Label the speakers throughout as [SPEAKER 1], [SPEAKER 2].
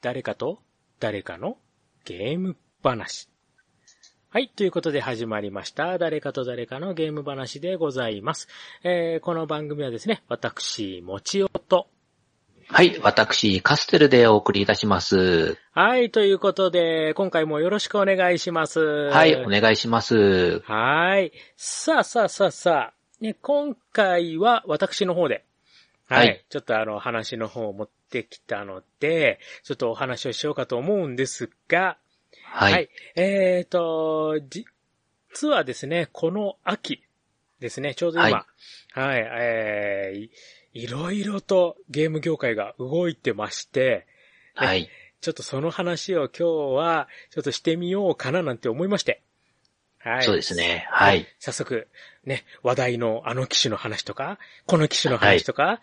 [SPEAKER 1] 誰かと誰かのゲーム話。はい。ということで始まりました。誰かと誰かのゲーム話でございます。えー、この番組はですね、私、もちおと。
[SPEAKER 2] はい、私、カステルでお送りいたします。
[SPEAKER 1] はい。ということで、今回もよろしくお願いします。
[SPEAKER 2] はい、お願いします。
[SPEAKER 1] はい。さあさあさあさあ。ね、今回は私の方で、はい。
[SPEAKER 2] はい
[SPEAKER 1] ちょっとあの、話の方を持ってきたので、ちょっとお話をしようかと思うんですが、
[SPEAKER 2] はい。
[SPEAKER 1] えっ、と、実はですね、この秋ですね、ちょうど今、はい、えーい、いろいろとゲーム業界が動いてまして、
[SPEAKER 2] はい。
[SPEAKER 1] ちょっとその話を今日は、ちょっとしてみようかななんて思いまして。はい。
[SPEAKER 2] そうですね。はい。。
[SPEAKER 1] 早速、ね、話題のあの機種の話とか、この機種の話とか、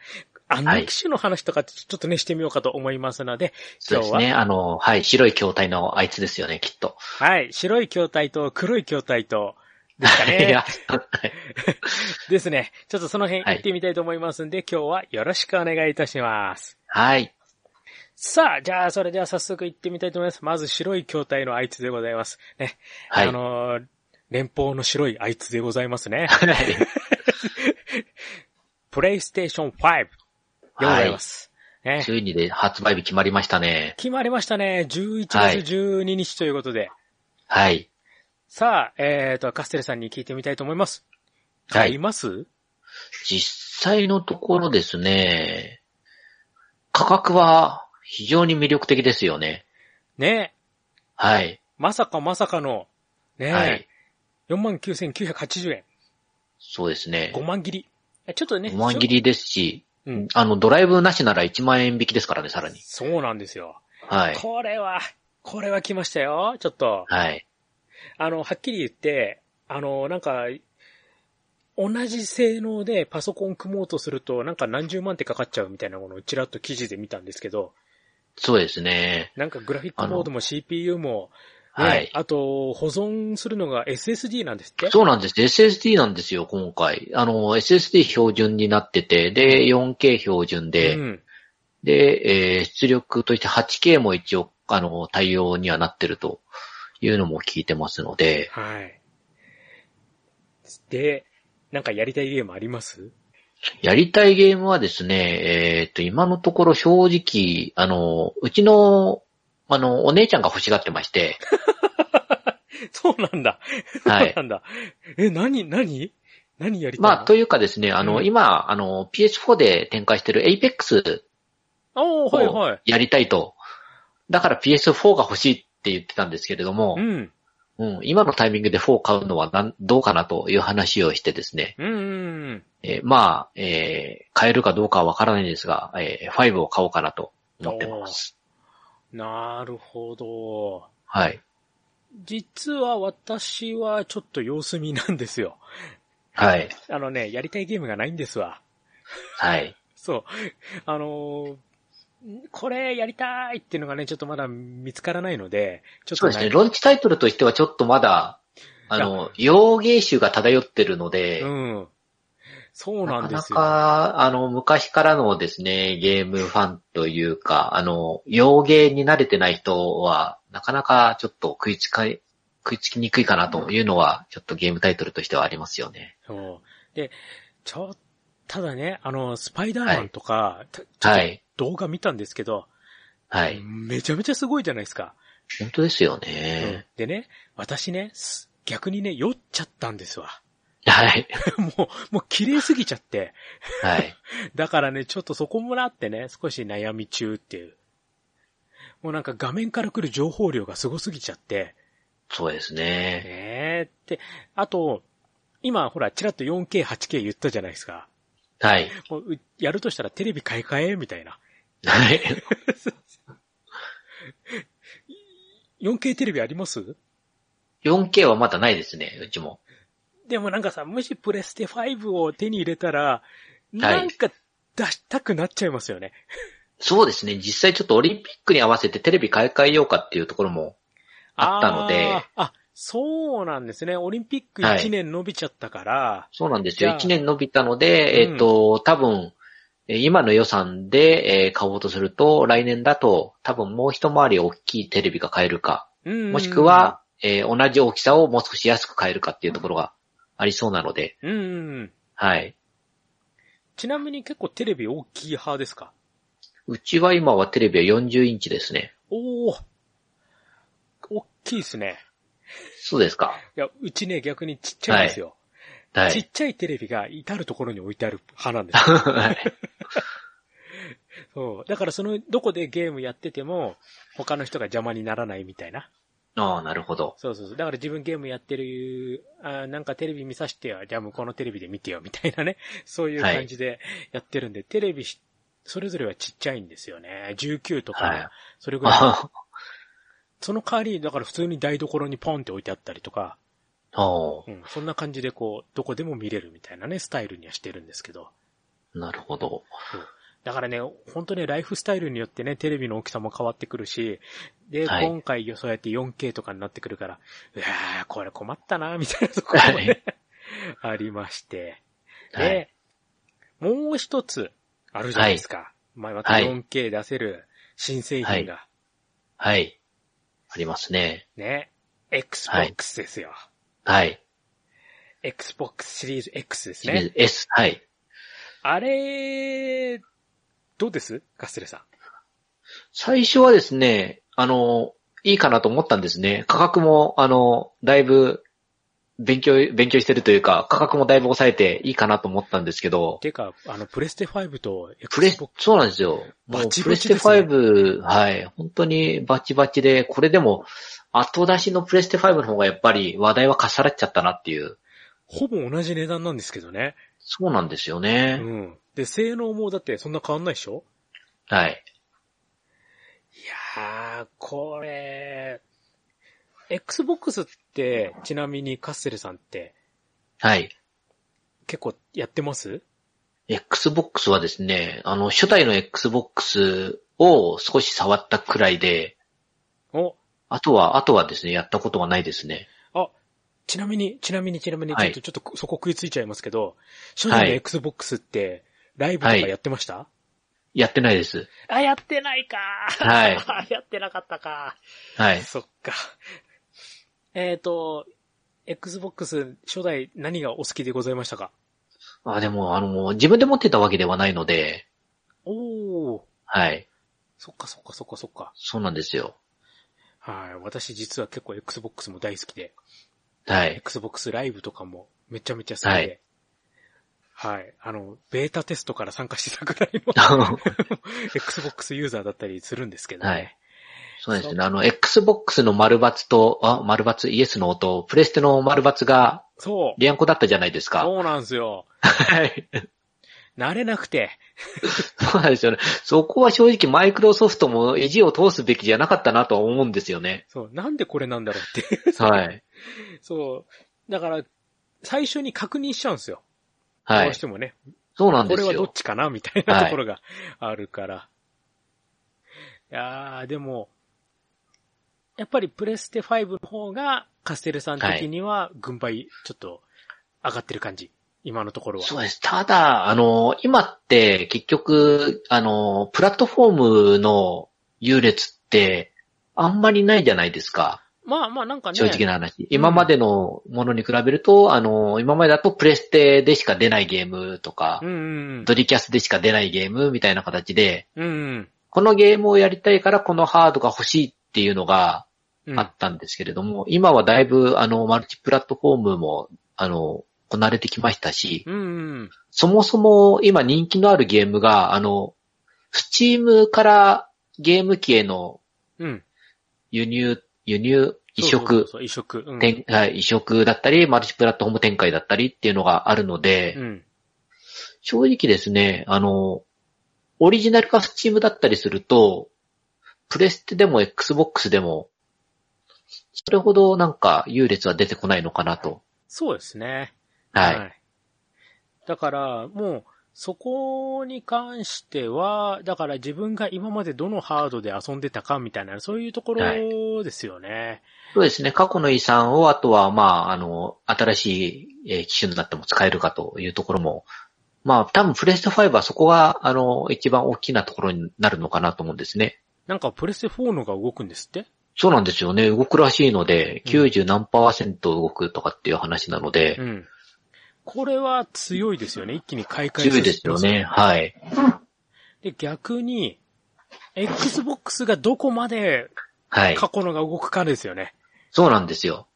[SPEAKER 1] あの機種の話とかってちょっとね、してみようかと思いますので、
[SPEAKER 2] そうですね。あの、はい、白い筐体のあいつですよね、きっと。
[SPEAKER 1] はい、白い筐体と黒い筐体と、ですか
[SPEAKER 2] いや
[SPEAKER 1] ね。
[SPEAKER 2] はい
[SPEAKER 1] ですね。ちょっとその辺
[SPEAKER 2] はい
[SPEAKER 1] 行ってみたいと思いますんで、今日はよろしくお願いいたします。
[SPEAKER 2] はい。
[SPEAKER 1] さあ、じゃあ、それでは早速行ってみたいと思います。まず、白い筐体のあいつでございます。ね。
[SPEAKER 2] はい
[SPEAKER 1] あ。 のー連邦の白いあいつでございますね。プレイステーション5でございます。ね。
[SPEAKER 2] ついにで発売日決まりましたね。
[SPEAKER 1] 決まりましたね。11月
[SPEAKER 2] はい
[SPEAKER 1] 12日ということで。
[SPEAKER 2] はい。
[SPEAKER 1] さあ、えっ、と、カステルさんに聞いてみたいと思います。
[SPEAKER 2] はい
[SPEAKER 1] 買います
[SPEAKER 2] 実際のところですね、価格は非常に魅力的ですよね。
[SPEAKER 1] ね。
[SPEAKER 2] はい。
[SPEAKER 1] まさかまさかの、ね、
[SPEAKER 2] はい。
[SPEAKER 1] 49,980円。
[SPEAKER 2] そうですね。
[SPEAKER 1] 5万切り。えちょっとね。
[SPEAKER 2] 5万切りですし、
[SPEAKER 1] ちょ。うん。
[SPEAKER 2] あの、ドライブなしなら1万円引きですからね、さらに。
[SPEAKER 1] そうなんですよ。
[SPEAKER 2] はい。
[SPEAKER 1] これは、これは来ましたよ。ちょっと。
[SPEAKER 2] はい。
[SPEAKER 1] あの、はっきり言って、あの、なんか、同じ性能でパソコン組もうとすると、なんか何十万ってかかっちゃうみたいなものをちらっと記事で見たんですけど、
[SPEAKER 2] そうですね。
[SPEAKER 1] なんかグラフィックボードも CPU も、ね
[SPEAKER 2] はい。
[SPEAKER 1] あと、保存するのが SSD なんですって
[SPEAKER 2] そうなんです。SSD なんですよ、今回。あの、SSD 標準になってて、で、4K 標準で、
[SPEAKER 1] うん。
[SPEAKER 2] で、えー出力として 8K も一応、あの、対応にはなってるというのも聞いてますので、
[SPEAKER 1] はい。で、なんかやりたいゲームあります
[SPEAKER 2] やりたいゲームはですね、えっ、と、今のところ正直、あの、うちの、あの、お姉ちゃんが欲しがって まして、
[SPEAKER 1] そうなんだ。
[SPEAKER 2] は
[SPEAKER 1] そう
[SPEAKER 2] い
[SPEAKER 1] な。んだ。え、何何何やりたいの
[SPEAKER 2] まあ、というかですね、あの、
[SPEAKER 1] うん
[SPEAKER 2] 今、あの、PS4 で展開してる Apex
[SPEAKER 1] おー、はいはい。
[SPEAKER 2] やりたいと。だから PS4 が欲しいって言ってたんですけれども
[SPEAKER 1] う、ん。
[SPEAKER 2] うん、今のタイミングで4買うのはなんどうかなという話をしてですね、
[SPEAKER 1] うんうんうん。
[SPEAKER 2] えーまあ、えー買えるかどうかはわからないんですが、えー5を買おうかなと思ってます。
[SPEAKER 1] なるほど。
[SPEAKER 2] はい。
[SPEAKER 1] 実は私はちょっと様子見なんですよ。
[SPEAKER 2] はい。
[SPEAKER 1] あのね、やりたいゲームがないんですわ。
[SPEAKER 2] はい。
[SPEAKER 1] そう。あのーこれやりたいっていうのがね、ちょっとまだ見つからないので、ちょっ
[SPEAKER 2] そ
[SPEAKER 1] と
[SPEAKER 2] う
[SPEAKER 1] ね
[SPEAKER 2] ですね、ロンチタイトルとしてはちょっとまだ、あの、洋芸集が漂ってるので、
[SPEAKER 1] うん。そうな
[SPEAKER 2] なんか
[SPEAKER 1] で
[SPEAKER 2] な
[SPEAKER 1] すよ。
[SPEAKER 2] か、あの、昔からのですね、ゲームファンというか、あの、洋芸に慣れてない人は、なかなかちょっと食いつかい、食いつきにくいかなというのは、ちょっとゲームタイトルとしてはありますよね。
[SPEAKER 1] そう。で、ちょ、ただね、あの、スパイダーマンとか、た
[SPEAKER 2] は
[SPEAKER 1] ちょっ
[SPEAKER 2] い。
[SPEAKER 1] と動画見たんですけど、
[SPEAKER 2] はい。
[SPEAKER 1] めちゃめちゃすごいじゃないですか。
[SPEAKER 2] 本当ですよ
[SPEAKER 1] うん
[SPEAKER 2] ね。
[SPEAKER 1] でね、私ね、す逆にね、酔っちゃったんですわ。
[SPEAKER 2] はい。
[SPEAKER 1] もう、もう綺麗すぎちゃって。
[SPEAKER 2] はい。
[SPEAKER 1] だからね、ちょっとそこもらってね、少し悩み中っていう。もうなんか画面から来る情報量がすごすぎちゃって。
[SPEAKER 2] そうです
[SPEAKER 1] ね
[SPEAKER 2] ね。
[SPEAKER 1] えって。あと、今ほら、ちらっと 4K、8K 言ったじゃないですか。
[SPEAKER 2] はい。
[SPEAKER 1] もううやるとしたらテレビ買い替えみたいな。
[SPEAKER 2] はい。
[SPEAKER 1] 4K テレビあります
[SPEAKER 2] 4K はまだないですね、うちも。
[SPEAKER 1] でもなんかさ、もしプレステ5を手に入れたら、なんか出したくなっちゃいますよね。
[SPEAKER 2] そうですね。実際ちょっとオリンピックに合わせてテレビ買い替えようかっていうところもあったので、
[SPEAKER 1] あーあ、そうなんですね。オリンピック
[SPEAKER 2] はい
[SPEAKER 1] 1年伸びちゃったから、
[SPEAKER 2] そうなんです
[SPEAKER 1] じゃ
[SPEAKER 2] よ。
[SPEAKER 1] あ
[SPEAKER 2] 1年伸びたので、えっ、と、多分、えー今の予算で、えー買おうとすると、来年だと多分もう一回り大きいテレビが買えるか、
[SPEAKER 1] うん
[SPEAKER 2] もしく、は、えー同じ大きさをもう少し安く買えるかっていうところがありそうなので、
[SPEAKER 1] うんうん。
[SPEAKER 2] はい。
[SPEAKER 1] ちなみに結構テレビ大きい派ですか
[SPEAKER 2] うちは今はテレビは40インチですね。
[SPEAKER 1] おお大きいですね。
[SPEAKER 2] そうですか。
[SPEAKER 1] いや、うちね、逆にちっちゃいんですよ。
[SPEAKER 2] は
[SPEAKER 1] ち
[SPEAKER 2] い。
[SPEAKER 1] っちゃいテレビが至るところに置いてある派なん ですよ
[SPEAKER 2] はい
[SPEAKER 1] そう。だからその、どこでゲームやってても、他の人が邪魔にならないみたいな。
[SPEAKER 2] ああ、なるほど。
[SPEAKER 1] そうそうそう。だから自分ゲームやってる、あーなんかテレビ見させてよ。じゃあ向こうのテレビで見てよ。みたいなね。 そういう感じでやってるんで、テレビし、それぞれはちっちゃいんですよね。19とか、
[SPEAKER 2] はい
[SPEAKER 1] それぐらい。
[SPEAKER 2] あ
[SPEAKER 1] その代わり、だから普通に台所にポンって置いてあったりとか、
[SPEAKER 2] あ、
[SPEAKER 1] うん、そんな感じでこう、どこでも見れるみたいなね、スタイルにはしてるんですけど。
[SPEAKER 2] なるほど。
[SPEAKER 1] だからね、本当ね、ライフスタイルによってね、テレビの大きさも変わってくるし、で、
[SPEAKER 2] はい
[SPEAKER 1] 今回そうやって 4K とかになってくるから、うわー、これ困ったな、みたいなところもね、ありまして。
[SPEAKER 2] は
[SPEAKER 1] で
[SPEAKER 2] い。、
[SPEAKER 1] もう一つ、あるじゃないですか。まあまた
[SPEAKER 2] はい
[SPEAKER 1] 4K 出せる新製品が、
[SPEAKER 2] はい。ありますね。
[SPEAKER 1] ね、Xbox ですよ。
[SPEAKER 2] はい。
[SPEAKER 1] Xbox シリーズ X です
[SPEAKER 2] シリー
[SPEAKER 1] ね。
[SPEAKER 2] ズ S。はい。
[SPEAKER 1] あれ、どうですカステレさん。
[SPEAKER 2] 最初はですね、あの、いいかなと思ったんですね。価格も、あの、だいぶ、勉強、勉強してるというか、価格もだいぶ抑えていいかなと思ったんですけど、
[SPEAKER 1] てか、あの、プレステ5と
[SPEAKER 2] プレ、
[SPEAKER 1] Xbox
[SPEAKER 2] そうなんですよ。もう
[SPEAKER 1] バチ
[SPEAKER 2] プ
[SPEAKER 1] バ
[SPEAKER 2] レス
[SPEAKER 1] チ
[SPEAKER 2] テ
[SPEAKER 1] ですね
[SPEAKER 2] 5、はい、本当にバチバチで、これでも、後出しのプレステ5の方がやっぱり話題はかっさらっちゃったなっていう。
[SPEAKER 1] ほぼ同じ値段なんですけどね。
[SPEAKER 2] そうなんですよ
[SPEAKER 1] う
[SPEAKER 2] ね。
[SPEAKER 1] ん。で、性能もだってそんな変わんないでしょ
[SPEAKER 2] はい。
[SPEAKER 1] いやー、これ、Xbox って、ちなみにカッセルさんって、
[SPEAKER 2] はい。
[SPEAKER 1] 結構やってます
[SPEAKER 2] Xbox はですね、あの、初代の Xbox を少し触ったくらいで、
[SPEAKER 1] お、
[SPEAKER 2] あとは、あとはですね、やったことはないですね。
[SPEAKER 1] あ、ちなみに、ちなみに、ちなみに、ちょ
[SPEAKER 2] は
[SPEAKER 1] っ
[SPEAKER 2] い
[SPEAKER 1] と、ちょっとそこ食いついちゃいますけど、初代
[SPEAKER 2] は
[SPEAKER 1] の
[SPEAKER 2] い
[SPEAKER 1] Xbox って、ライブとか
[SPEAKER 2] はい
[SPEAKER 1] やってました、
[SPEAKER 2] やってないです。
[SPEAKER 1] あ、やってないかー
[SPEAKER 2] はい。
[SPEAKER 1] やってなかったか
[SPEAKER 2] は
[SPEAKER 1] ー
[SPEAKER 2] い。
[SPEAKER 1] そっか。えっ、ー、と、Xbox 初代何がお好きでございましたか
[SPEAKER 2] あ、でも、あの、もう自分で持ってたわけではないので、
[SPEAKER 1] おー、
[SPEAKER 2] はい。
[SPEAKER 1] そっかそっかそっかそっか。
[SPEAKER 2] そうなんですよ。
[SPEAKER 1] はい。私実は結構 Xbox も大好きで、
[SPEAKER 2] はい。
[SPEAKER 1] Xbox ライブとかもめちゃめちゃ好きで。はい。あの、ベータテストから参加してたくらい の Xbox ユーザーだったりするんですけどね。
[SPEAKER 2] はいそうですね。あの、Xbox の丸×と、あ、丸×、イエスの音、プレステの丸×が、
[SPEAKER 1] そう。
[SPEAKER 2] リアンコだったじゃないですか。
[SPEAKER 1] そうなんですよ。
[SPEAKER 2] はい。
[SPEAKER 1] 慣れなくて。
[SPEAKER 2] そうなんですよね。そこは正直、マイクロソフトも意地を通すべきじゃなかったなとは思うんですよね。
[SPEAKER 1] そう。なんでこれなんだろうって。
[SPEAKER 2] はい。
[SPEAKER 1] そう。だから、最初に確認しちゃうんですよ。
[SPEAKER 2] は
[SPEAKER 1] どう
[SPEAKER 2] い
[SPEAKER 1] し。てもね。
[SPEAKER 2] そうなん
[SPEAKER 1] こ
[SPEAKER 2] で
[SPEAKER 1] れ
[SPEAKER 2] す
[SPEAKER 1] はどっ
[SPEAKER 2] よ。
[SPEAKER 1] ちかなみたいなところがあるから。い、やー、でも、やっぱりプレステ5の方が、カステルさん的には、軍配、ちょっと、上がってる感じ。今のところは。
[SPEAKER 2] そうです。ただ、あの、今って、結局、あの、プラットフォームの優劣って、あんまりないじゃないですか。
[SPEAKER 1] まあまあ、なんかね。
[SPEAKER 2] 正直な話。今までのものに比べると、あの、今までだとプレステでしか出ないゲームとか、
[SPEAKER 1] うんうん
[SPEAKER 2] ドリキャスでしか出ないゲームみたいな形で、
[SPEAKER 1] うん。うん
[SPEAKER 2] このゲームをやりたいからこのハードが欲しいっていうのが
[SPEAKER 1] うん。
[SPEAKER 2] あったんですけれども、今はだいぶあの、マルチプラットフォームも、あの、こなれてきましたし、
[SPEAKER 1] うんうん。
[SPEAKER 2] そもそも今人気のあるゲームが、あの、スチームからゲーム機への
[SPEAKER 1] うん。
[SPEAKER 2] 輸入、輸入、移
[SPEAKER 1] そうそ
[SPEAKER 2] 植
[SPEAKER 1] う、そう移植。うん。
[SPEAKER 2] 展はい移植だったり、マルチプラットフォーム展開だったりっていうのがあるので、
[SPEAKER 1] うん。
[SPEAKER 2] 正直ですね、あの、オリジナルがスチームだったりすると、プレステでも Xbox でも、それほどなんか優劣は出てこないのかなと。
[SPEAKER 1] そうですね。
[SPEAKER 2] はい。
[SPEAKER 1] い。だから、もう、そこに関しては、だから自分が今までどのハードで遊んでたかみたいな、そういうところですよね。
[SPEAKER 2] そうですね、過去の遺産を、あとはまあ、あの、新しいえー機種になっても使えるかというところもまあ、多分プレステ5はそこが、あの、一番大きなところになるのかなと思うんですね。
[SPEAKER 1] なんかプレステ4のが動くんですって
[SPEAKER 2] そうなんですよね。動くらしいので、
[SPEAKER 1] うん
[SPEAKER 2] 90何パーセント動くとかっていう話なので、
[SPEAKER 1] うん。これは強いですよね。一気に買い替え
[SPEAKER 2] 強いですよね。。はい。
[SPEAKER 1] で、逆に、Xbox がどこまで
[SPEAKER 2] はい。
[SPEAKER 1] 過去のが動くかですよね。
[SPEAKER 2] そうなんですよ。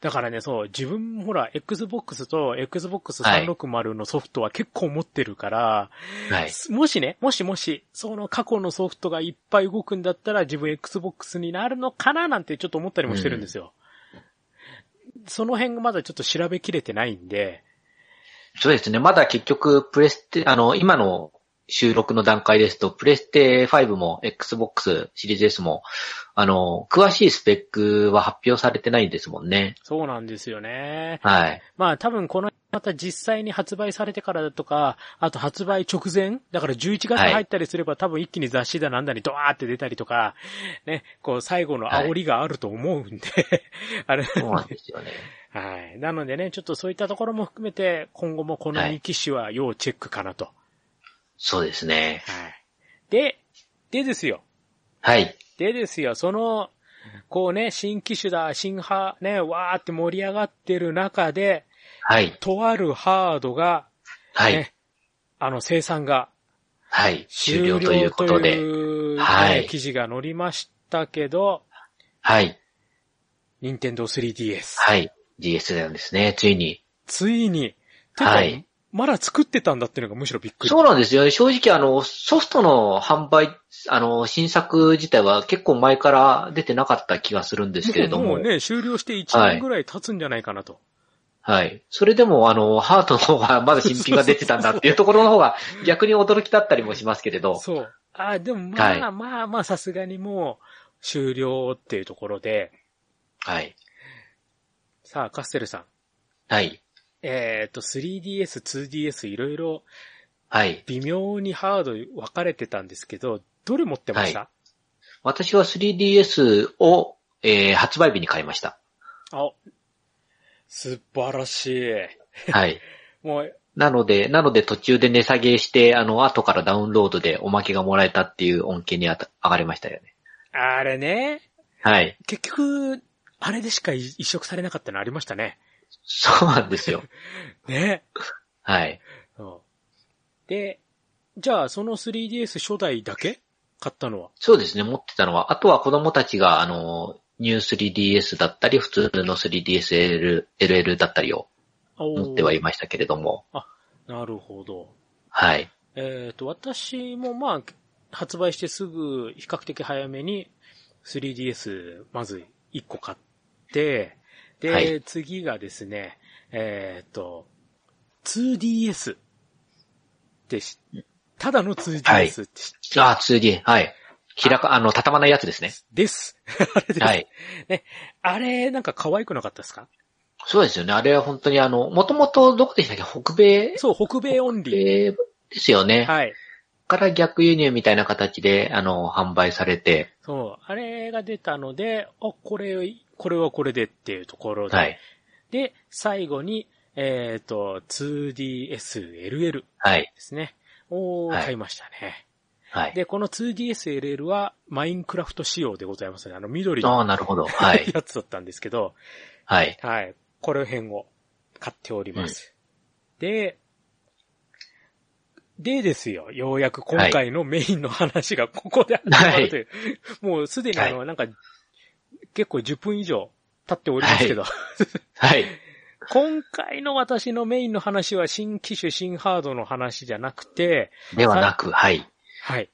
[SPEAKER 1] だからね、そう、自分もほら、Xbox と Xbox360 のソフトは結構持ってるから、
[SPEAKER 2] はい。
[SPEAKER 1] もしね、もしもし、その過去のソフトがいっぱい動くんだったら自分 Xbox になるのかななんてちょっと思ったりもしてるんですよ。その辺がまだちょっと調べきれてないんで、
[SPEAKER 2] そうですね。まだ結局、プレステ、あの、今の収録の段階ですと、プレステ5も Xbox シリーズ S も、あの、詳しいスペックは発表されてないんですもんね。
[SPEAKER 1] そうなんですよね。
[SPEAKER 2] はい。
[SPEAKER 1] まあ多分この、また実際に発売されてからだとか、あと発売直前、だから11月入ったりすれば、多分一気に雑誌だなんだにドワーって出たりとか、ね、こう最後の煽りがあると思うんで、 あれ
[SPEAKER 2] そうなんです よね。
[SPEAKER 1] はい。なのでね、ちょっとそういったところも含めて、今後もこの
[SPEAKER 2] はい
[SPEAKER 1] 2機種は要チェックかなと。は
[SPEAKER 2] そうですね。
[SPEAKER 1] い。で、でですよ。
[SPEAKER 2] はい。
[SPEAKER 1] でですよ、その、こうね、新機種だ、新派、ね、わーって盛り上がってる中で、
[SPEAKER 2] はい。
[SPEAKER 1] とあるハードが、
[SPEAKER 2] は
[SPEAKER 1] ね、
[SPEAKER 2] い。
[SPEAKER 1] あの、生産が
[SPEAKER 2] はい。終
[SPEAKER 1] 終
[SPEAKER 2] 了
[SPEAKER 1] 了
[SPEAKER 2] と
[SPEAKER 1] と
[SPEAKER 2] い
[SPEAKER 1] いうう
[SPEAKER 2] こ
[SPEAKER 1] ことと
[SPEAKER 2] で
[SPEAKER 1] で、。
[SPEAKER 2] はい
[SPEAKER 1] ね記事が載りましたけど、
[SPEAKER 2] はい。
[SPEAKER 1] 任天堂 3DS。
[SPEAKER 2] はい。DS なんですね。ついに。
[SPEAKER 1] ついに、てか、
[SPEAKER 2] はい
[SPEAKER 1] まだ作ってたんだっていうのがむしろびっくり。
[SPEAKER 2] そうなんですよね。正直あの、ソフトの販売、あの、新作自体は結構前から出てなかった気がするんですけれども。
[SPEAKER 1] うね、終了して1
[SPEAKER 2] はい
[SPEAKER 1] 年ぐらい経つんじゃないかなと。
[SPEAKER 2] はい。それでもあの、ハートの方 がまだ新品が出てたんだっていうところの方が逆に驚きだったりもしますけれど。
[SPEAKER 1] そう。あでもまあ、
[SPEAKER 2] はい
[SPEAKER 1] まあまあ、さすがにもう終了っていうところで、
[SPEAKER 2] はい。
[SPEAKER 1] さあ、カッセルさん。
[SPEAKER 2] はい。
[SPEAKER 1] えっ、と、3DS、2DS いろいろ
[SPEAKER 2] はい。
[SPEAKER 1] 微妙にハード分かれてたんですけど、どれ持ってました、
[SPEAKER 2] 私は 3DS を、えー、発売日に買いました。
[SPEAKER 1] あ、素晴らしい。
[SPEAKER 2] はい。
[SPEAKER 1] もう、
[SPEAKER 2] なので、なので途中で値下げして、あの、後からダウンロードでおまけがもらえたっていう恩恵にあた上がりましたよね。
[SPEAKER 1] あれね、
[SPEAKER 2] はい。
[SPEAKER 1] 結局、あれでしか移移植されなかったのありましたね。
[SPEAKER 2] そうなんです よ。
[SPEAKER 1] ね。
[SPEAKER 2] はい。
[SPEAKER 1] そうで、じゃあその 3DS 初代だけ買ったのは
[SPEAKER 2] そうですね、持ってたのは、あとは子供たちが、あの、ニュー 3DS だったり、普通の 3DSLL LL だったりを持ってはいましたけれども、
[SPEAKER 1] なるほど。
[SPEAKER 2] はい。
[SPEAKER 1] えっ、と、私もまあ、発売してすぐ、比較的早めに 3DS、まず1個買って、で、
[SPEAKER 2] はい
[SPEAKER 1] 次がですね、えっ、と、2DS ってし、ただの 2DS ってし、
[SPEAKER 2] あ、2D、はい。開か、あの、畳まないやつですね。
[SPEAKER 1] です。 あれです。
[SPEAKER 2] はい。
[SPEAKER 1] あれ、なんか可愛くなかったですか
[SPEAKER 2] そうですよね。あれは本当にあの、もともとどこでしたっけ北米
[SPEAKER 1] そう、北米オンリー。
[SPEAKER 2] えーですよね。
[SPEAKER 1] はい。
[SPEAKER 2] から逆輸入みたいな形で、あの、販売されて、
[SPEAKER 1] そう、あれが出たので、あ、これ、これはこれでっていうところで、
[SPEAKER 2] はい。
[SPEAKER 1] で、最後に、えっ、と、2DSLL で
[SPEAKER 2] はい。
[SPEAKER 1] すね。を
[SPEAKER 2] はい
[SPEAKER 1] 買いましたね。
[SPEAKER 2] はい。
[SPEAKER 1] で、この 2DSLL はマインクラフト仕様でございますね。あの緑
[SPEAKER 2] あ
[SPEAKER 1] の
[SPEAKER 2] あ、なるほど。はい。
[SPEAKER 1] やつだったんですけど、
[SPEAKER 2] はい。
[SPEAKER 1] はい。この辺を買っております。で、でですよ。ようやく今回のメインの話がここで始まるという。もうすでにあの、なんか、結構10分以上経っておりますけど、
[SPEAKER 2] はい。
[SPEAKER 1] 今回の私のメインの話は新機種、新ハードの話じゃなくて、
[SPEAKER 2] ではなく、はい。
[SPEAKER 1] はい。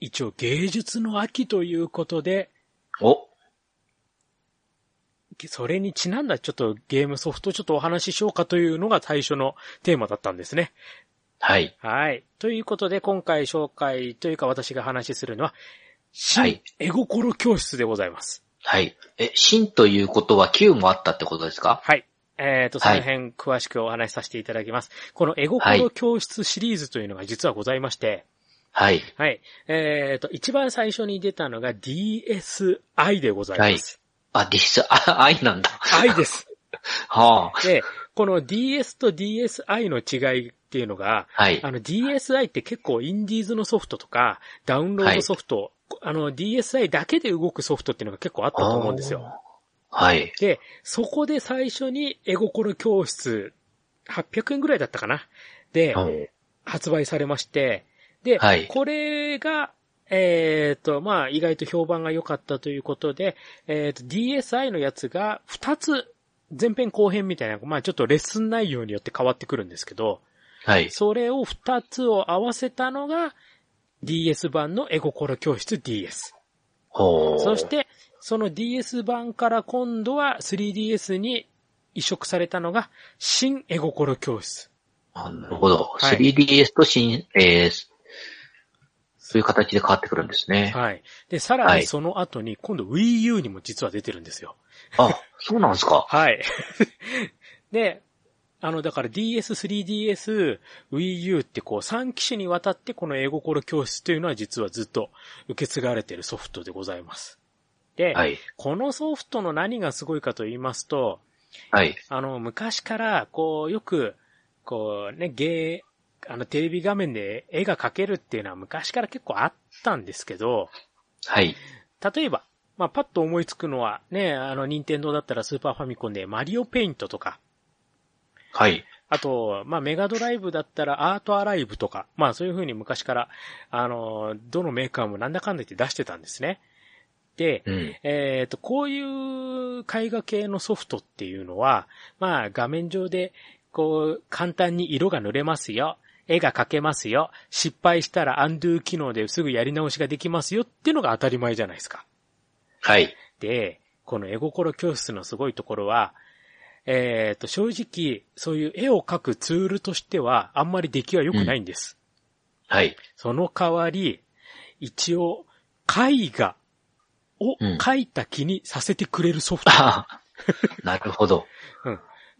[SPEAKER 1] 一応芸術の秋ということで、
[SPEAKER 2] お、
[SPEAKER 1] それにちなんだちょっとゲームソフトをちょっとお話ししようかというのが最初のテーマだったんですね。
[SPEAKER 2] はい。
[SPEAKER 1] はい。ということで今回紹介というか私が話しするのは、
[SPEAKER 2] は
[SPEAKER 1] 新
[SPEAKER 2] い
[SPEAKER 1] 絵心教室でございます。
[SPEAKER 2] はい。え、新ということは9もあったってことですか
[SPEAKER 1] はい。えっ、と、そ
[SPEAKER 2] はい
[SPEAKER 1] の辺詳しくお話しさせていただきます。この絵
[SPEAKER 2] はい
[SPEAKER 1] 心教室シリーズというのが実はございまして、
[SPEAKER 2] はい。
[SPEAKER 1] はい。えっ、と、一番最初に出たのが DSI でございます。
[SPEAKER 2] あ、ディス、あ、愛なんだ。
[SPEAKER 1] I です。
[SPEAKER 2] はあ。
[SPEAKER 1] で、この DS と DSI の違いってっていうのが、
[SPEAKER 2] はい。
[SPEAKER 1] あの DSI って結構インディーズのソフトとか、ダウンロードソフト、あの DSI だけで動くソフトっていうのが結構あったと思うんですよ。
[SPEAKER 2] あー。はい。
[SPEAKER 1] で、そこで最初に絵心教室、800円ぐらいだったかな。で、
[SPEAKER 2] うん
[SPEAKER 1] 発売されまして、で、
[SPEAKER 2] はい
[SPEAKER 1] これが、えっ、と、まあ、意外と評判が良かったということで、えっ、と、DSI のやつが2つ、前編後編みたいな、まあ、ちょっとレッスン内容によって変わってくるんですけど、
[SPEAKER 2] はい。
[SPEAKER 1] それを2つを合わせたのが、DS 版の絵心教室 DS。
[SPEAKER 2] ほう。
[SPEAKER 1] そし、て、その DS 版から今度は 3DS に移植されたのが、新絵心教室。
[SPEAKER 2] なるほど。
[SPEAKER 1] はい
[SPEAKER 2] 3DS と新、えー、そういう形で変わってくるんですね。
[SPEAKER 1] はい。で、さら
[SPEAKER 2] は
[SPEAKER 1] に
[SPEAKER 2] い
[SPEAKER 1] その後に、今度 Wii U にも実は出てるんですよ。
[SPEAKER 2] あ、そうなんですか。
[SPEAKER 1] はい。 で、あの、だから DS、3DS、Wii U ってこう3機種にわたってこの英語心教室というのは実はずっと受け継がれてるソフトでございます。で、
[SPEAKER 2] はい。
[SPEAKER 1] このソフトの何がすごいかと言いますと、
[SPEAKER 2] はい。
[SPEAKER 1] あの、昔から、こう、よく、こうね、ゲー、あの、テレビ画面で絵が描けるっていうのは昔から結構あったんですけど、
[SPEAKER 2] はい。
[SPEAKER 1] 例えば、まあ、パッと思いつくのは、ね、あの、任天堂だったらスーパーファミコンでマリオペイントとか、
[SPEAKER 2] はい。
[SPEAKER 1] あと、まあ、メガドライブだったらアートアライブとか、まあ、そういう風に昔から、あの、どのメーカーもなんだかんだ言って出してたんですね。で、
[SPEAKER 2] うん。
[SPEAKER 1] えっ、と、こういう絵画系のソフトっていうのは、まあ画面上で、こう、簡単に色が塗れますよ。絵が描けますよ。失敗したらアンドゥ機能ですぐやり直しができますよっていうのが当たり前じゃないですか。
[SPEAKER 2] はい。
[SPEAKER 1] で、この絵心教室のすごいところは、えっ、と、正直、そういう絵を描くツールとしては、あんまり出来は良くないんです。
[SPEAKER 2] はい。
[SPEAKER 1] その代わり、一応、絵画を
[SPEAKER 2] うん
[SPEAKER 1] 描いた気にさせてくれるソフト。
[SPEAKER 2] あなるほど。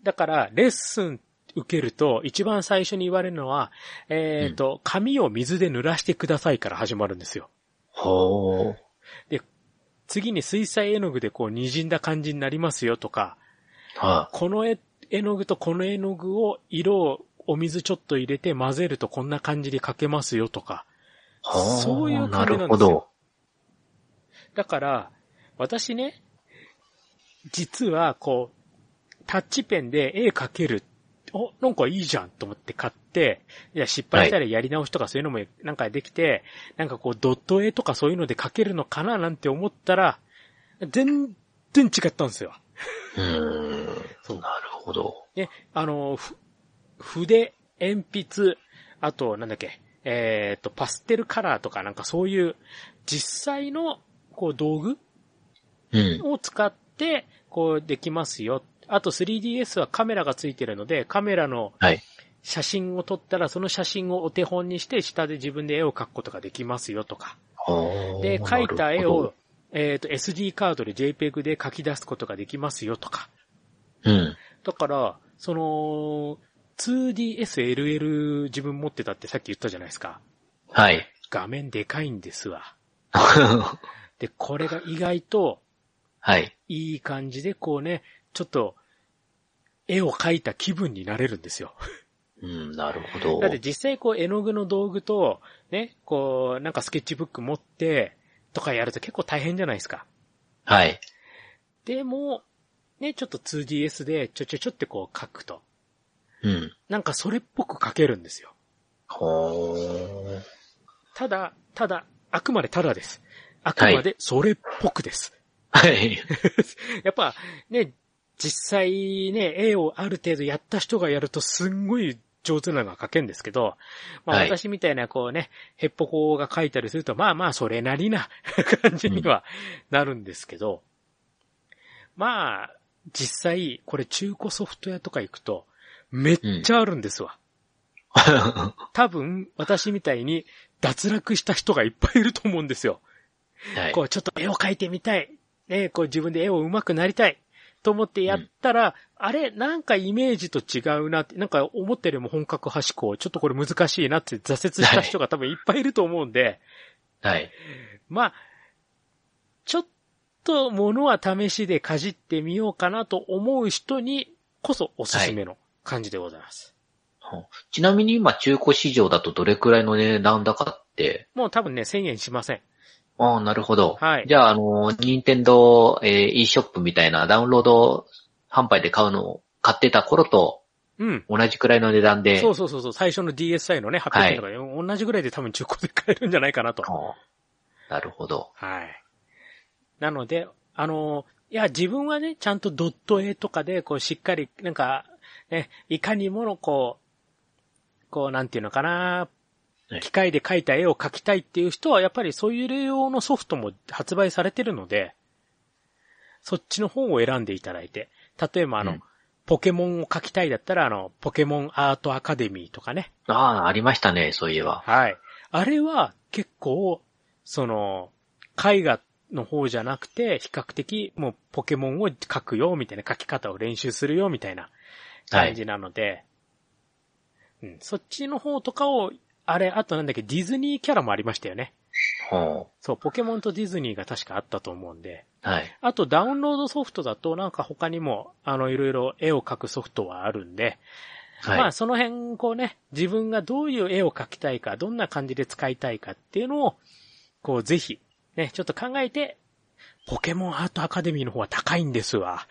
[SPEAKER 1] だから、レッスン受けると、一番最初に言われるのは、えっ、と、紙を水で濡らしてくださいから始まるんですよ。
[SPEAKER 2] ほう。
[SPEAKER 1] 次に水彩絵の具でこう滲んだ感じになりますよとか、
[SPEAKER 2] は
[SPEAKER 1] この絵絵の具とこの絵の具を色をお水ちょっと入れて混ぜるとこんな感じで描けますよとか、
[SPEAKER 2] あ、ほう。
[SPEAKER 1] そういう感じなんですよ
[SPEAKER 2] るほど。
[SPEAKER 1] だから、私ね、実はこう、タッチペンで絵描ける。お、なんかいいじゃんと思って買って、いや、失敗したらやり直しとかそういうのもなんかできて、なんかこうドット絵とかそういうので描けるのかななんて思ったら、全然違ったんですよ。
[SPEAKER 2] うーん。なる
[SPEAKER 1] そう
[SPEAKER 2] ほど。
[SPEAKER 1] ね、あの、ふ、筆、鉛筆、あと、なんだっけ、えっ、と、パステルカラーとかなんかそういう、実際の、こう、道具
[SPEAKER 2] うん。
[SPEAKER 1] を使って、こうできますよ。あと 3DS はカメラがついてるので、カメラの
[SPEAKER 2] はい。
[SPEAKER 1] 写真を撮ったら、その写真をお手本にして、下で自分で絵を描くことができますよとか。
[SPEAKER 2] ほう。
[SPEAKER 1] で、描いた絵
[SPEAKER 2] なるほ
[SPEAKER 1] を
[SPEAKER 2] ど、
[SPEAKER 1] えっ、と、SD カードで JPEG で書き出すことができますよとか。
[SPEAKER 2] うん。
[SPEAKER 1] だから、その、2DSLL 自分持ってたってさっき言ったじゃないですか。
[SPEAKER 2] はい。
[SPEAKER 1] 画面でかいんですわ。で、これが意外と、
[SPEAKER 2] はい。
[SPEAKER 1] いい感じでこうね、ちょっと、絵を描いた気分になれるんですよ。
[SPEAKER 2] うん、なるほど。
[SPEAKER 1] だって実際こう絵の具の道具と、ね、こうなんかスケッチブック持ってとかやると結構大変じゃないですか。
[SPEAKER 2] はい。
[SPEAKER 1] でも、ね、ちょっと 2DS でちょちょちょってこう描くと。
[SPEAKER 2] うん。
[SPEAKER 1] なんかそれっぽく描けるんですよ。
[SPEAKER 2] ほう。
[SPEAKER 1] ただ、ただ、あくまでただです。あくまでそれっぽくです。
[SPEAKER 2] はい。
[SPEAKER 1] やっぱね、実際ね、絵をある程度やった人がやるとすんごい上手なのが描けるんですけど、まあ
[SPEAKER 2] はい
[SPEAKER 1] 私みたいなこうね、ヘッポコが描いたりすると、まあまあそれなりな 感じにはなるんですけど、まあ、実際、これ中古ソフト屋とか行くと、めっちゃあるんですわ。
[SPEAKER 2] は
[SPEAKER 1] 多分、私みたいに脱落した人がいっぱいいると思うんですよ。
[SPEAKER 2] い
[SPEAKER 1] こ。う、ちょっと絵を描いてみたい。ね、こう自分で絵を上手くなりたい。と思ってやったら、あれ、なんかイメージと違うなって、なんか思ったよりも本格端行、ちょっとこれ難しいなって挫折した人が多分いっぱいいると思うんで、
[SPEAKER 2] はい。
[SPEAKER 1] まあ、ちょっと物は試しでかじってみようかなと思う人にこそおすすめの感じでございます。
[SPEAKER 2] ちなみに今中古市場だとどれくらいの値段だかって、
[SPEAKER 1] もう多分ね、1000円しません。
[SPEAKER 2] ああ、なるほど。
[SPEAKER 1] はい
[SPEAKER 2] じゃあ、あの、任天堂、えー、e ショップみたいなダウンロード販売で買うのを買ってた頃と
[SPEAKER 1] うん。
[SPEAKER 2] 同じくらいの値段で、
[SPEAKER 1] そうそうそうそう、最初の DSI のね、800円とかで、同じぐらいで多分中古で買えるんじゃないかなと。
[SPEAKER 2] あーなるほど。
[SPEAKER 1] はい。なので、あの、いや、自分はね、ちゃんとドット絵とかで、こう、しっかり、なんか、ね、いかにもの、こう、こう、なんていうのかな
[SPEAKER 2] はい、
[SPEAKER 1] 機械で描いた絵を描きたいっていう人は、やっぱりそういう用のソフトも発売されてるので、そっちの方を選んでいただいて、例えばあの、
[SPEAKER 2] うん
[SPEAKER 1] ポケモンを描きたいだったら、あの、ポケモンアートアカデミーとかね、
[SPEAKER 2] ああ、ありましたね、そういえば。
[SPEAKER 1] はい。あれは結構、その、絵画の方じゃなくて、比較的もうポケモンを描くよ、みたいな描き方を練習するよ、みたいな
[SPEAKER 2] は
[SPEAKER 1] 感
[SPEAKER 2] い。
[SPEAKER 1] じなので、うん、そっちの方とかを、あれ、あとなんだっけ、ディズニーキャラもありましたよね。
[SPEAKER 2] ほ
[SPEAKER 1] そう、ポケモンとディズニーが確かあったと思うんで、
[SPEAKER 2] うはい。
[SPEAKER 1] あとダウンロードソフトだとなんか他にも、あの、いろいろ絵を描くソフトはあるんで、
[SPEAKER 2] はい。
[SPEAKER 1] まあその辺、こうね、自分がどういう絵を描きたいか、どんな感じで使いたいかっていうのを、こうぜひ、ね、ちょっと考えて、ポケモンアートアカデミーの方は高いんですわ。
[SPEAKER 2] は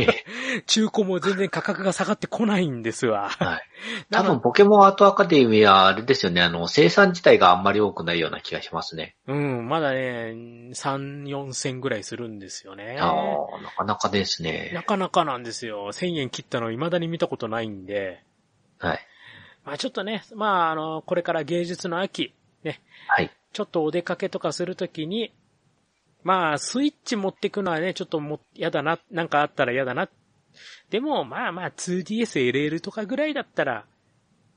[SPEAKER 2] い。
[SPEAKER 1] 中古も全然価格が下がってこないんですわ。
[SPEAKER 2] はい。
[SPEAKER 1] な
[SPEAKER 2] 多
[SPEAKER 1] の
[SPEAKER 2] 分、ポケモンアートアカデミーはあれですよね、あの、生産自体があんまり多くないような気がしますね。
[SPEAKER 1] うん、まだね、3、4千ぐらいするんですよね。
[SPEAKER 2] ああ、なかなかですね
[SPEAKER 1] な。かなかなんですよ。1000円切ったの未だに見たことないんで。
[SPEAKER 2] はい。
[SPEAKER 1] まあちょっとね、まああの、これから芸術の秋、ね、
[SPEAKER 2] はい。
[SPEAKER 1] ちょっとお出かけとかするときに、まあ、スイッチ持ってくのはね、ちょっとも、やだな、なんかあったらやだな。でも、まあまあ、2DS、LL とかぐらいだったら、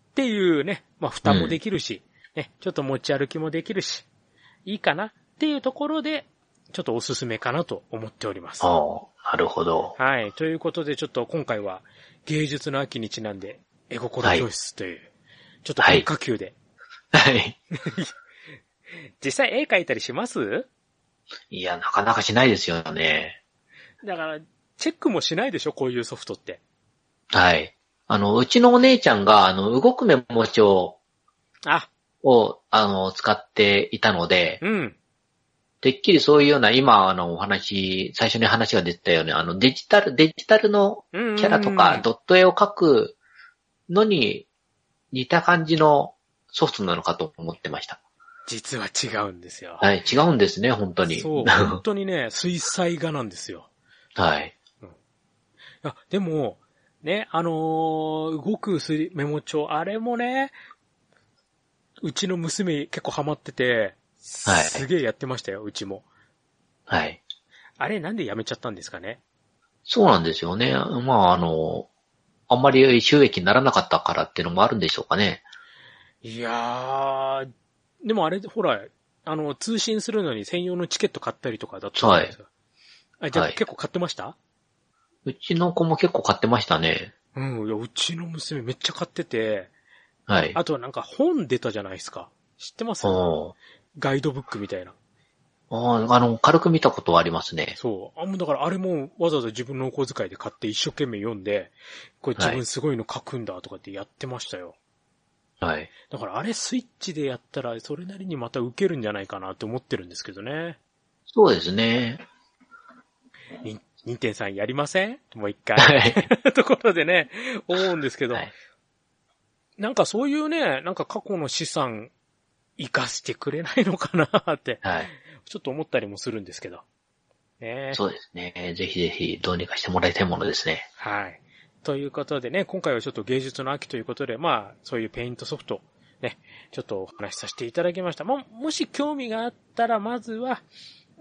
[SPEAKER 1] っていうね、まあ、蓋もできるし、ね、ちょっと持ち歩きもできるし、いいかなっていうところで、ちょっとおすすめかなと思っております。
[SPEAKER 2] ああ、なるほど。
[SPEAKER 1] はい。ということで、ちょっと今回は芸術の秋にちなんで、絵心教室という、ちょっと変化球で。
[SPEAKER 2] はい。
[SPEAKER 1] 実際絵描いたりします
[SPEAKER 2] いや、なかなかしないですよね。
[SPEAKER 1] だから、チェックもしないでしょ、こういうソフトって。
[SPEAKER 2] はい。あの、うちのお姉ちゃんが、あの、動くメモ帳
[SPEAKER 1] あ、
[SPEAKER 2] を、あの、使っていたので、
[SPEAKER 1] うん。
[SPEAKER 2] てっきりそういうような、今、あの、お話、最初に話が出てたように、あの、デジタル、デジタルの
[SPEAKER 1] うんうんうん
[SPEAKER 2] キャラとか、ドット絵を描くのに、似た感じのソフトなのかと思ってました。
[SPEAKER 1] 実は違うんですよ。
[SPEAKER 2] はい、違うんですね、本当に。
[SPEAKER 1] そう、本
[SPEAKER 2] は
[SPEAKER 1] 当にね、水彩画なんですよ。
[SPEAKER 2] い。
[SPEAKER 1] いや、でも、ね、あのー動くすりメモ帳、あれもね、うちの娘結構ハマってて、
[SPEAKER 2] はい
[SPEAKER 1] すげえやってましたよ、うちも。
[SPEAKER 2] はい。
[SPEAKER 1] あれなんでやめちゃったんですかね
[SPEAKER 2] そうなんですよね。まあ、あの、あんまり収益にならなかったからっていうのもあるんでしょうかね。
[SPEAKER 1] いやー、でもあれ、ほら、あの、通信するのに専用のチケット買ったりとかだったじゃないですか。あ、じゃあ、
[SPEAKER 2] はい
[SPEAKER 1] 結構買ってました
[SPEAKER 2] うちの子も結構買ってましたね。
[SPEAKER 1] うん、いや、うちの娘めっちゃ買ってて、
[SPEAKER 2] はい。
[SPEAKER 1] あとはなんか本出たじゃないですか。知ってます
[SPEAKER 2] お
[SPEAKER 1] ガイドブックみたいな。
[SPEAKER 2] あの、軽く見たことはありますね。
[SPEAKER 1] そう。あ、もうだからあれもわざわざ自分のお小遣いで買って一生懸命読んで、これ自
[SPEAKER 2] は
[SPEAKER 1] 分
[SPEAKER 2] い
[SPEAKER 1] すごいの書くんだとかってやってましたよ。
[SPEAKER 2] はい。
[SPEAKER 1] だからあれスイッチでやったらそれなりにまた受けるんじゃないかなって思ってるんですけどね。
[SPEAKER 2] そうですね。
[SPEAKER 1] に、任天さんやりませんもう一回。
[SPEAKER 2] はい。
[SPEAKER 1] ところでね、思うんですけど、
[SPEAKER 2] はい
[SPEAKER 1] なんかそういうね、なんか過去の資産、生かしてくれないのかなって、
[SPEAKER 2] はい。
[SPEAKER 1] ちょっと思ったりもするんですけど。ね
[SPEAKER 2] そうですね。ぜひぜひ、どうにかしてもらいたいものですね。
[SPEAKER 1] はい。ということでね、今回はちょっと芸術の秋ということで、まあ、そういうペイントソフト、ね、ちょっとお話しさせていただきました。も、もし興味があったら、まずは、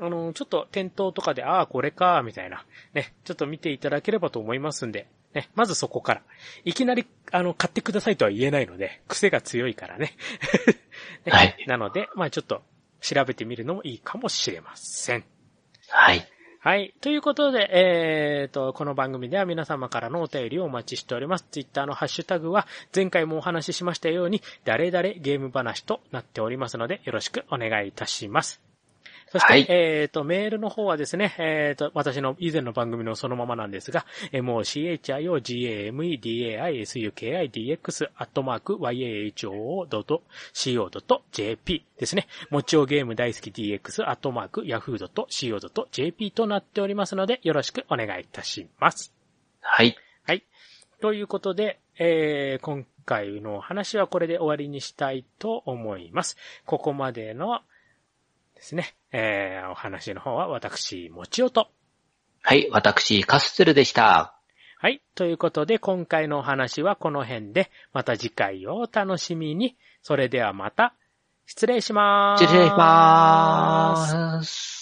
[SPEAKER 1] あの、ちょっと店頭とかで、ああ、これか、みたいな、ね、ちょっと見ていただければと思いますんで、ね、まずそこから。いきなり、あの、買ってくださいとは言えないので、癖が強いからね。ね
[SPEAKER 2] はい
[SPEAKER 1] なので、まあちょっと、調べてみるのもいいかもしれません。
[SPEAKER 2] はい。
[SPEAKER 1] はい。ということで、えー、と、この番組では皆様からのお便りをお待ちしております。ツイッターのハッシュタグは、前回もお話ししましたように、誰々ゲーム話となっておりますので、よろしくお願いいたします。そして、
[SPEAKER 2] はい
[SPEAKER 1] えっ、と、メールの方はですね、えっ、と、私の以前の番組のそのままなんですが、mochiogame.daisuki.dx アットマーク yaho.co.jp ですね。もちおゲーム大好き dx アットマーク yahoo.co.jp となっておりますので、よろしくお願いいたします。
[SPEAKER 2] はい。
[SPEAKER 1] はい。ということで、えー今回のお話はこれで終わりにしたいと思います。ここまでのですね、えーお話の方は私、もちおと。
[SPEAKER 2] はい。私、カスツルでした。
[SPEAKER 1] はい。ということで、今回のお話はこの辺で、また次回をお楽しみに。それではまた、失礼します。
[SPEAKER 2] 失礼しまーす。